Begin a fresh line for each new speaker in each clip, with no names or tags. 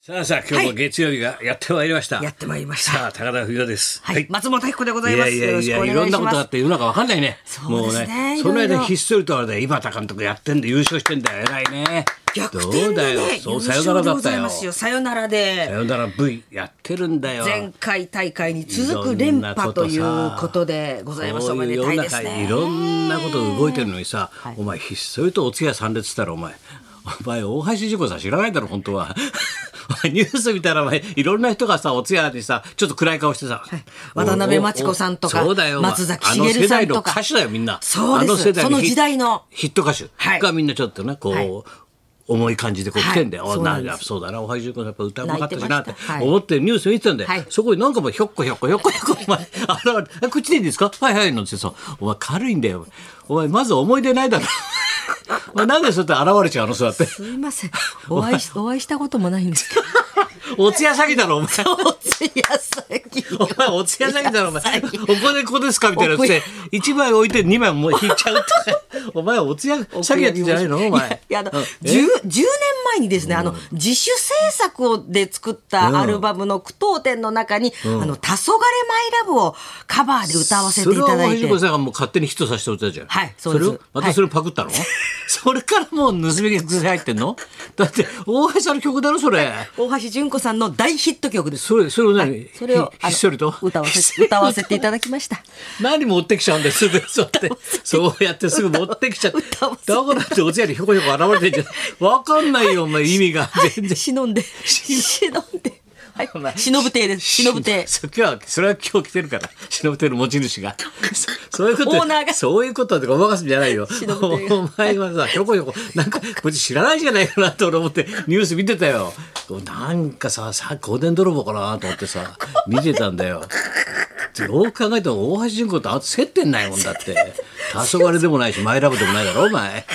さあさあ、今日も月曜日がやってまいりました。
やってまいりました。
さあ、高田冬夫です。
はい、松本彦でござい
い
ま
や
す。
いやいや、い
よろ
ろん
し
な
くお
こと
願いしま
があ
す。
って世の中わかんないね。
そうですねいろいろ
その間ひっそりとあれだよ、井端監督やってんで優勝してんだよ、偉いね。
逆
ど
転
うだ
で
よ
ね、、
そう、さよならだ
優勝で
っ
ご
た
ざい
よ。
ます
さ
よ。さよならで、
よなら V やってるんだよ。
前回大会に続く連覇ということでございます。お
こう
め
いう
で
世
た
の
いです
中い
ね。
ろんなこと動いてるのにさ、お前ひっそりとお通夜参列したらお前お前大橋事故さん知らないだろ本当は お前ニュース見たらお前いろんな人がさお通夜にさちょっと暗い顔してさ、
渡辺真知子さんとか
おおそうだよ
松崎しげるさんとか
あの世代の歌手だよみんな
そうです
あ世代
その時代の
ヒット歌手
はい
がみんなちょっとねこう、
はい
重い感じでこう来てんだよ、
は
あ
いそうなんです
なそうだな大橋事故さんやっぱ歌うまかったしなって
泣いてましたはい
思ってニュース見てたんだよ、
はい
そこになんかもうひょっこひょっこひょっこひょっこ、お前、あらあら、えこっちでいいんですかはいはい、のってさ、お前軽いんだよ。お前、まず思い出ないだろ。お前、なんでそうやって現れちゃうのそうやって。
すいません、お会いしお会いしたこともないんですけど。
おつや詐欺だろ、 お前。
おつやさぎ。
お前、おつや詐欺だろ、お前。
おつや
お金ここですかみたいなのして、1枚置いて2枚も引いちゃうとか。お前、おつや詐欺やってんじゃないのお
いや
前
い。やあの
うん
10 10年前にですね、あの自主制作をで作ったアルバムの句読点の中に「あの黄昏マイラブ」をカバーで歌わせていただい
それは大
て
橋。子さんがもう勝手にヒットさせておいたじゃん。
はいそうです
れをまたそれをパクったの、それからもう盗み癖入ってんのだって、大橋さんの曲だろ、それ。
大橋純子さんの大ヒット曲です。
それ、それを何、
それを
ひ
あの
ひっそりと
歌わ
ひっそ
せ
り
歌わせていただきました。
何持ってきちゃうんだよ、すぐ、 そうやって。そうやってすぐ持ってきちゃって。
歌わせて
だからっておつやにひょこひょこ現れてんじゃん。わかんないよ、お前意味が。全然。
忍 んで忍んで、はい、忍ぶ亭です。忍ぶ亭。
そう今日はそれは今日来てるから忍ぶ亭の持ち主がそそういうこと
オーナーが
そういうことだとかごまかすんじゃないよ
忍亭が
お前はさひょこひょこなんかこっち知らないじゃないかなと俺思ってニュース見てたよなんかささ香典泥棒かなと思ってさ見てたんだよよく考えても大橋純子とあと接点ないもんだって黄昏でもないしマイラブでもないだろお前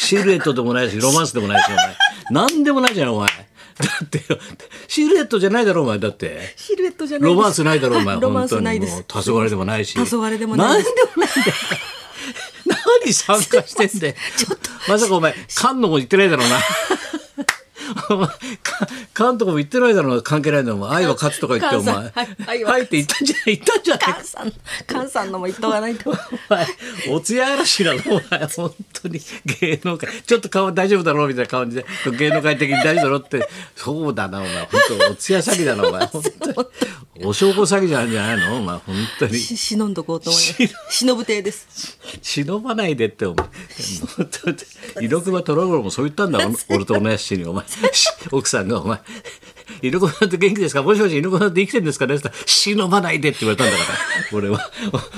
シルエットでもないしロマンスでもないしお前何でもないじゃないお前だってよシルエットじゃないだろお前だって
シルエットじゃないで
ロ
す。
マンスないだろお前
はロマン
本
ス
当
な
に
いで
もう
す。
黄昏でもないし
黄昏でもない
何でもないんだよ 何参加してんだよ
ちょっと
まさかお前菅野も行ってないだろうなお前 菅とかも行ってないだろうな関係ないんだろお前愛は勝つとか言ってお
菅
前
さんはい愛は
はいって言ったんじゃない言ったんじゃない
菅さん、菅さんのも言っとかない と。
お前おつや嵐なのお前本当に芸能界ちょっと顔大丈夫だろうみたいな感じで芸能界的に大丈夫だろうってそうだなお前本当おつや詐欺だなお前本当にお証拠詐欺じゃないんじゃないのお前本当に
し忍んどこうと思います。忍ぶ亭です。
忍ばないでってお 前本当に色黒トラブルもそう言ったんだ俺俺と同じしにお前 し奥さんがお前色黒さんって元気ですかもしもし色黒さんって生きてるんですかねって言ったら忍ばないでって言われたんだから俺は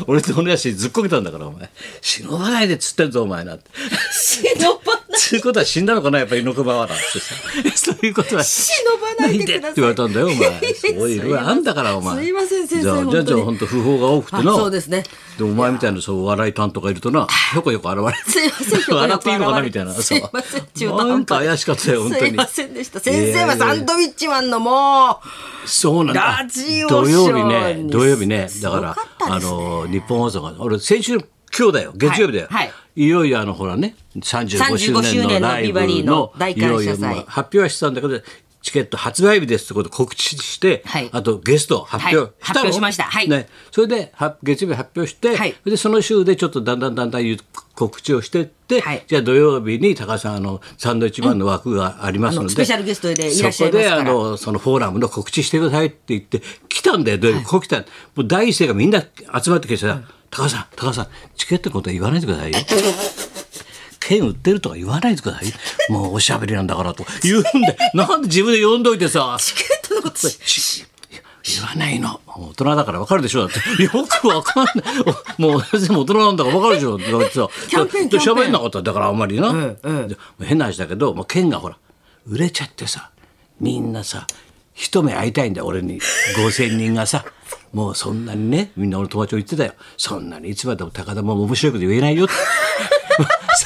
お俺と同じしずっこけたんだからお前忍ばないでっつってんぞお前なって
忍ばない。
つうことは死んだのかなやっぱり猪熊はなんてさ そういうことは
忍ばないでください
って言われたんだよお前そうい
す
う
いません
あんだからお前
すいません先生
じゃあじ
本当
ゃあ
に
じゃあ本当不法が多くてな
あそうですね
でお前みたいなそうお笑い担当がいるとなひょこひょこ現れて
すいませんひょこひょこ現れ
笑っ
て
ていいのかなみたいな
すいません
そう
中途半端で
なんか怪しかったよ本当に
すいませんでした。先生はサンドウィッチマンのも
そうなんだ。
ラジオ
土曜日
ショー
ね、
に
土曜日ね、だ
す
か
ご
ら、
かった
あ
ですね
の、日本放送が、俺、先週、今日だよ、月曜日だよ。
はいいは
よいよあのほらね35
35
周年のライブ
ビバリー
の
の大
い
感謝
よい
祭
よまあ発表はしてたんだけどチケット発売日ですってことを告知して、
はい
あとゲストを発
はい
表したの、
発表しましたはい
ね、それでは月曜日発表して、
はい
でその週でちょっとだんだんだんだん言う告知をしてって、
はい
じゃあ土曜日に高橋さんあのサンドイッチマンの枠がありますので、
あのスペシャルゲストでいらっしゃいますから
そこであのそのフォーラムの告知してくださいって言って来たんだよ土曜日こう来たのもう第一声がみんな集まってきてさ、高橋さん高橋さんチケットのことは言わないでくださいよ。券売ってるとか言わないでくださいよもうおしゃべりなんだからとか言うんでなんで自分で呼んどいてさ
う、チケットのことし
ち言わないの大人だからわかるでしょだってよくわかんないおもう私も大人なんだからわかるでしょだってさ
キャンペー
だ
ン
って
キャンペー
喋
ン
んなかっただからあんまりな、でもう変な話だけど、まあ、剣がほら売れちゃってさみんなさ一目会いたいんだよ俺に5,000人がさ もうそんなにねみんな俺の友達を言ってたよそんなにいつま でも高田も面白いこと言えないよって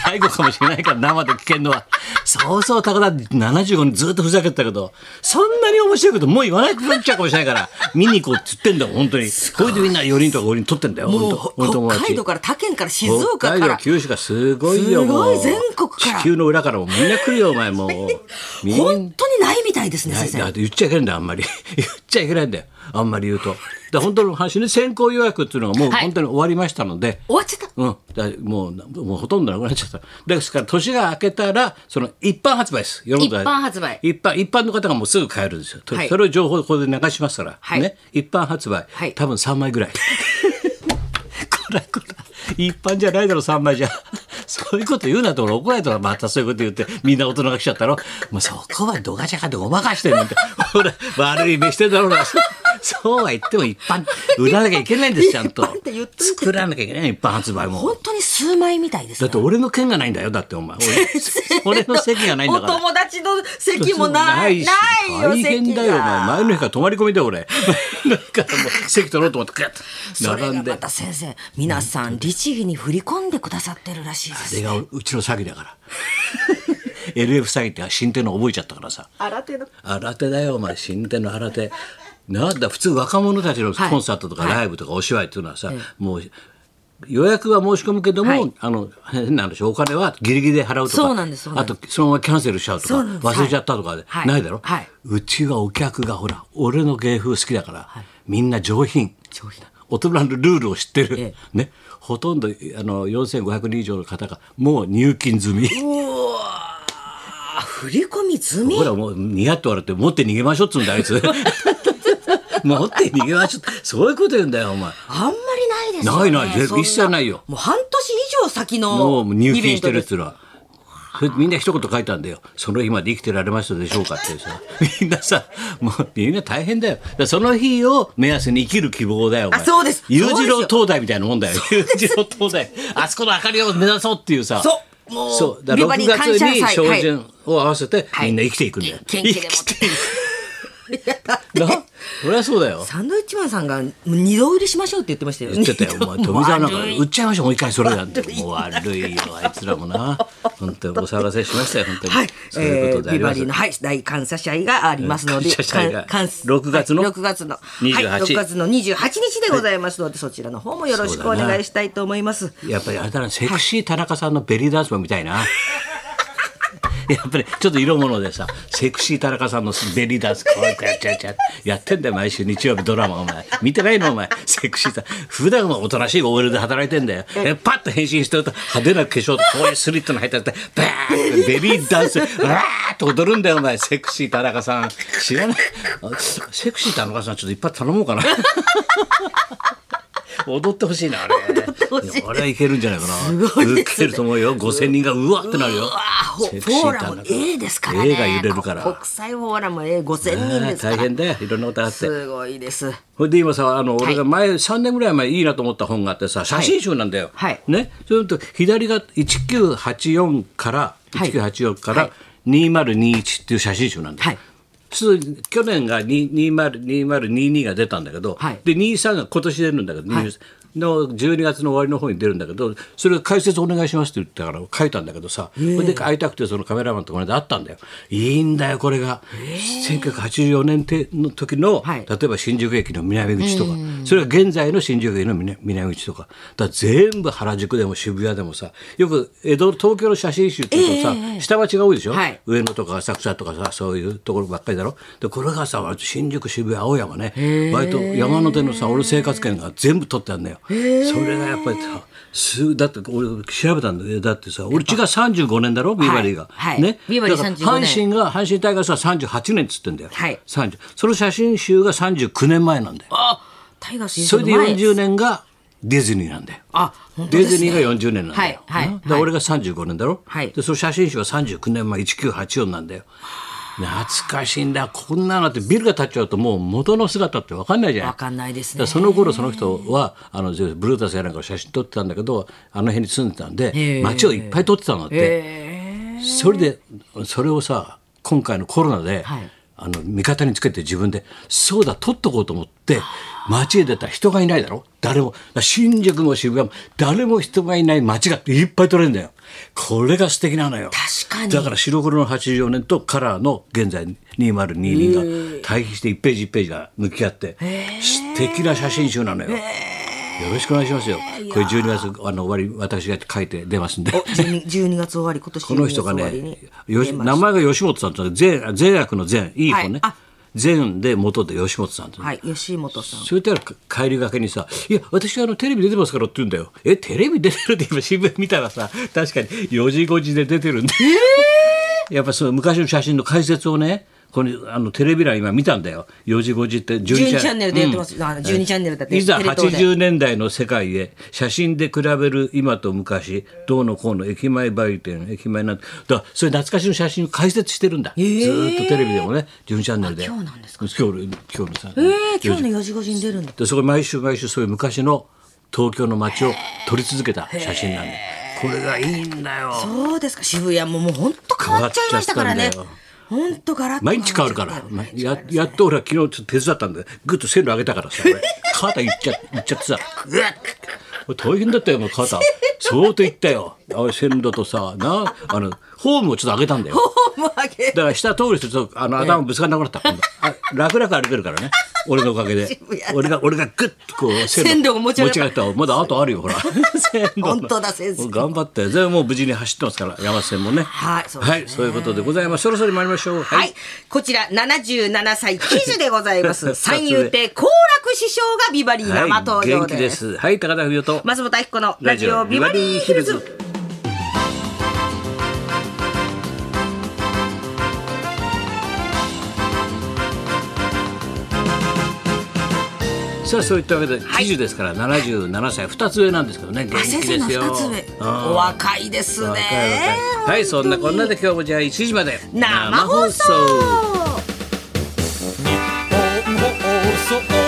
最後かもしれないから生で聞けんのはそうそう、高田って75年ずっとふざけてたけど、そんなに面白いこともう言わなくなっちゃうかもしれないから、見に行こうって言ってんだもん、本当に。これでみんな4人とか5人撮ってんだよ、
もう
本当本当友
北
達
海道から他県から静岡か
北海道
ら
九州がすごいよ
すごい
もう
全国から
地球の裏からもみんな来るよお前も うみんな
本当にないみたいですね
ない
先
だっ
生
て言っちゃいけないんだよあんまり 言っちゃいけないんだよあんまり言う とだから本当の話ね先行予約っていうのがもう
はい
本当に終わりましたので、
終わっちゃった
うん、だもうなもうほとんどなくなっちゃったですから年が明けたらその一般発売です世の中で
一般発売
一般一般の方がもうすぐ買えるんですよ、と
はい
それを情報をここで流しますから、
はい
ね、一般発売、
はい
多分3枚ぐらい こらこら一般じゃないだろ3枚じゃ そういうこと言うなと俺怒られたらまたそういうこと言ってみんな大人が来ちゃったろもうそこはどがちゃかでごまかしてるんだ ほら悪い目してるだろうな そうは言っても一般売らなきゃいけないんですちゃんと
一般って言っといて
作らなきゃいけない一般発売も
本当に数枚みたいです
だ
ね
って俺の券がないんだよだってお前 俺俺の席がないんだから
お友達の席もない
し
ないよ
大変だよ
席が
な前の日から泊まり込みだよ俺だからもう席取ろうと思ってクッ
そ
と
れ
並
が
んで
また先生皆さん律儀に振り込んでくださってるらしいで
あ
す
れがうちの詐欺だから LF 詐欺って新手の覚えちゃったからさ
新手の
新手だよお前新手の新手なんだ普通若者たちの
はい
コンサートとか
はい
ライブとかお芝居っていうのはさ、もう予約は申し込むけども、
はい
あの変な話お金はギリギリで払うとか
そうなんですそうな
あ
んで
と
す
そのままキャンセルしちゃうとか
そうなんです
忘れちゃったとかで、
はい
ないだろ、
はいう
ちはお客がほら俺の芸風好きだから、みんな上品
上品
大人のルールを知ってる、
え
ね、ほとんどあの4500人以上の方がもう入金済み。
あ振り込み済み
ほらもう似合って笑って持って逃げましょうっつうんだあい つ持って逃げましょうそういうこと言うんだよお前
あんまりないですよね
ないないぜ
そん
一切ないよ
もう半年以上先
も
の
う入金してるっ
イベントです
つうのはそれでみんな一言書いたんだよ「その日まで生きてられましたでしょうか」ってさ みんなさもうみんな大変だよだからその日を目安に生きる希望だよお前
あそうです
裕
そうで
次
すよ
郎東大みたいなもんだよ裕次郎東大あそこの明かりを目指そうっていうさ
そうもう
そうだから
ビ
6
バリー感
月
謝
に
祭
照準を合わせてみんな生きていくんだよ、
元気でも
生きて
いやだっ
な
て
そりゃそうだよ
サンドウィッチマンさんが二度売りしましょうって言ってましたよ
言って たよ、お前、
二度
富澤なんか
悪い
売っちゃいましょう、もう一回それなんて、もう悪いよ、あいつらもな。本当にお騒がせしましたよ、本当に。
はい、
そういうことであ
えービ
り
バ
ま
リー
す
の、。はい、大感謝祭がありますので、
感謝祭が
かん感
6月の
はい、6月の、
28
はい、6月の28日でございますので、そちらの方もよろしくお
そうだな
願いしたいと思います。
やっぱりあれだな、セクシー田中さんのベリーダンスも見たいな。やっぱりちょっと色物でさセクシー田中さんのベリーダンスこうやってやっちゃうやっちゃうやってんだよ毎週日曜日ドラマお前見てないのお前セクシーさ普段はおとなしい OL で働いてんだよえパッと変身してると派手な化粧とこういうスリットの入ったやつでバーンってベリーダンスうわーって踊るんだよお前セクシー田中さん知らないあセクシー田中さんちょっといっぱい頼もうかな踊ってほしいなあれ踊って
ほしい
あれはいけるんじゃないかな
すごいですね
ウケると思うよ5000人がうわってなるよ
うわあフォ
セク
フ
シ
ォー
ー
ラ
だ
ム
な
A ですからね。
A が揺れるから
こ国際フォーラム A 5000人
ああ
ですから。
大変だよいろんなことあって
すごいです。
それで今さあの
い
俺が前3年ぐらい前いいなと思った本があってさ写真集なんだよ、
はい
ねそれと左が1984から
はい
1984か
はい
ら2021っていう写真集なんだよ、
はい
そう去年がに20 2022が出たんだけど、
はい
で23が今年出るんだけど、
はい
20の12月の終わりの方に出るんだけどそれを解説お願いしますって言ったから書いたんだけどさ、それで会いたくてそのカメラマンとこの間会ったんだよいいんだよこれが、1984年ての時の、
はい
例えば新宿駅の南口とかそれが現在の新宿駅の南南口とかだから全部原宿でも渋谷でもさよく江戸東京の写真集っていうとさ、下町が多いでしょ、
はい
上野とか浅草とかさそういうところばっかりだろでこれがさ割と新宿渋谷青山ね割と山手のさ俺の生活圏が全部取ってあるんだよそれがやっぱりさすだって俺調べたんだよだってさ俺違う35年だろビバリーが、
はいはい
ね
ビバリー
だから
35年
阪神が阪神タイガースは38年っつってんだよ、
はい
30その写真集が39年前なんだよ
タイガース優
そ
勝
れ
の
で
前
40年がディズニーなんだよ
あ、本当
ディ
です、ね、
ズニーが40年なんだよ。
はいはい
なで
はい
俺が35年だろ、
はい
でその写真集は39年前1984なんだよ。懐かしいんだこんなのってビルが建っちゃうともう元の姿って分かんないじゃない
わかんないですね
だからその頃その人はあのブルータスやなんかの写真撮ってたんだけどあの辺に住んでたんで街をいっぱい撮ってたんだって、それでそれをさ今回のコロナで、
はい
あの味方につけて自分でそうだ取っとこうと思って街へ出たら人がいないだろ誰もだから新宿も渋谷も誰も人がいない街がいっぱい取れるんだよこれが素敵なのよ
確かに
だから白黒の84年とカラーの現在2022が対比して1ページ1ページが向き合って素敵な写真集なのよ、よろしくお願いしますよこれ12月あの終わり私が書いて出ますんで
12, 12月終わり今年
この人が
12月終わ
ね
りに、
よし
出ました
名前が吉本さんと善善悪の善いい方
はい
ね
あ。
善で元で吉本さんと。
はい吉本さん
そういったら帰りがけにさ「いや私あのテレビ出てますから」って言うんだよ「えテレビ出てる?」って今新聞見たらさ確かに4時5時で出てるんで、やっぱその昔の写真の解説をねこのあのテレビ欄今見たんだよ4時5時って
12チャンネルでやってます
うん
あ12チャンネルだって
いざ
テレ東で
80年代の世界へ写真で比べる今と昔どうのこうの駅前売店駅前なんてだからそういう懐かしの写真を解説してるんだ、ずーっとテレビでもね12チャンネルで
今日なんです
か今日今日のさ、
えー、今日の4時5時に出るんだ
でそこに毎週毎週そういう昔の東京の街を撮り続けた写真なんでこれがいいんだよ
そうですか渋谷ももう本当変わっちゃいましたからね
変わっちゃったんだよ
本当ガラッと
毎日変わるから ややっと俺は昨日ちょっと手伝ったんでぐっと線路上げたからさ俺肩いっちゃいっちゃってさ
うわっ
これ大変だったよもう肩相当いったよあれ線路とさなあのホームをちょっと上げたんだよ
もう上げ
だから下通りするとあの頭ぶつからなく なった今度あ楽々歩けるからね俺のおかげで
渋谷だ
俺が俺がグッとこう
線路を持ち上げた
たまだ後あるよ ほら線路の
本当だ先生
もう頑張って全部もう無事に走ってますから山手線もね
はいそうですね
はい、そういうことでございますそろそろ参りましょうは
はい。こちら、77歳、記事でございま
二
す。
つ
三遊亭好楽師匠がビバリー
はい
生登場
元
です。
気ですはい高田文夫と
松本明子のラジオビバリーヒルズ。
さあそういったわけで
い
記事ですから77歳二つ上なんですけどね元
あ、
気
先
で
生の
すよ
二つ上。お若いですね
若い若。いはいそんなこんなで今日もじゃあ1時まで
生放送。
放送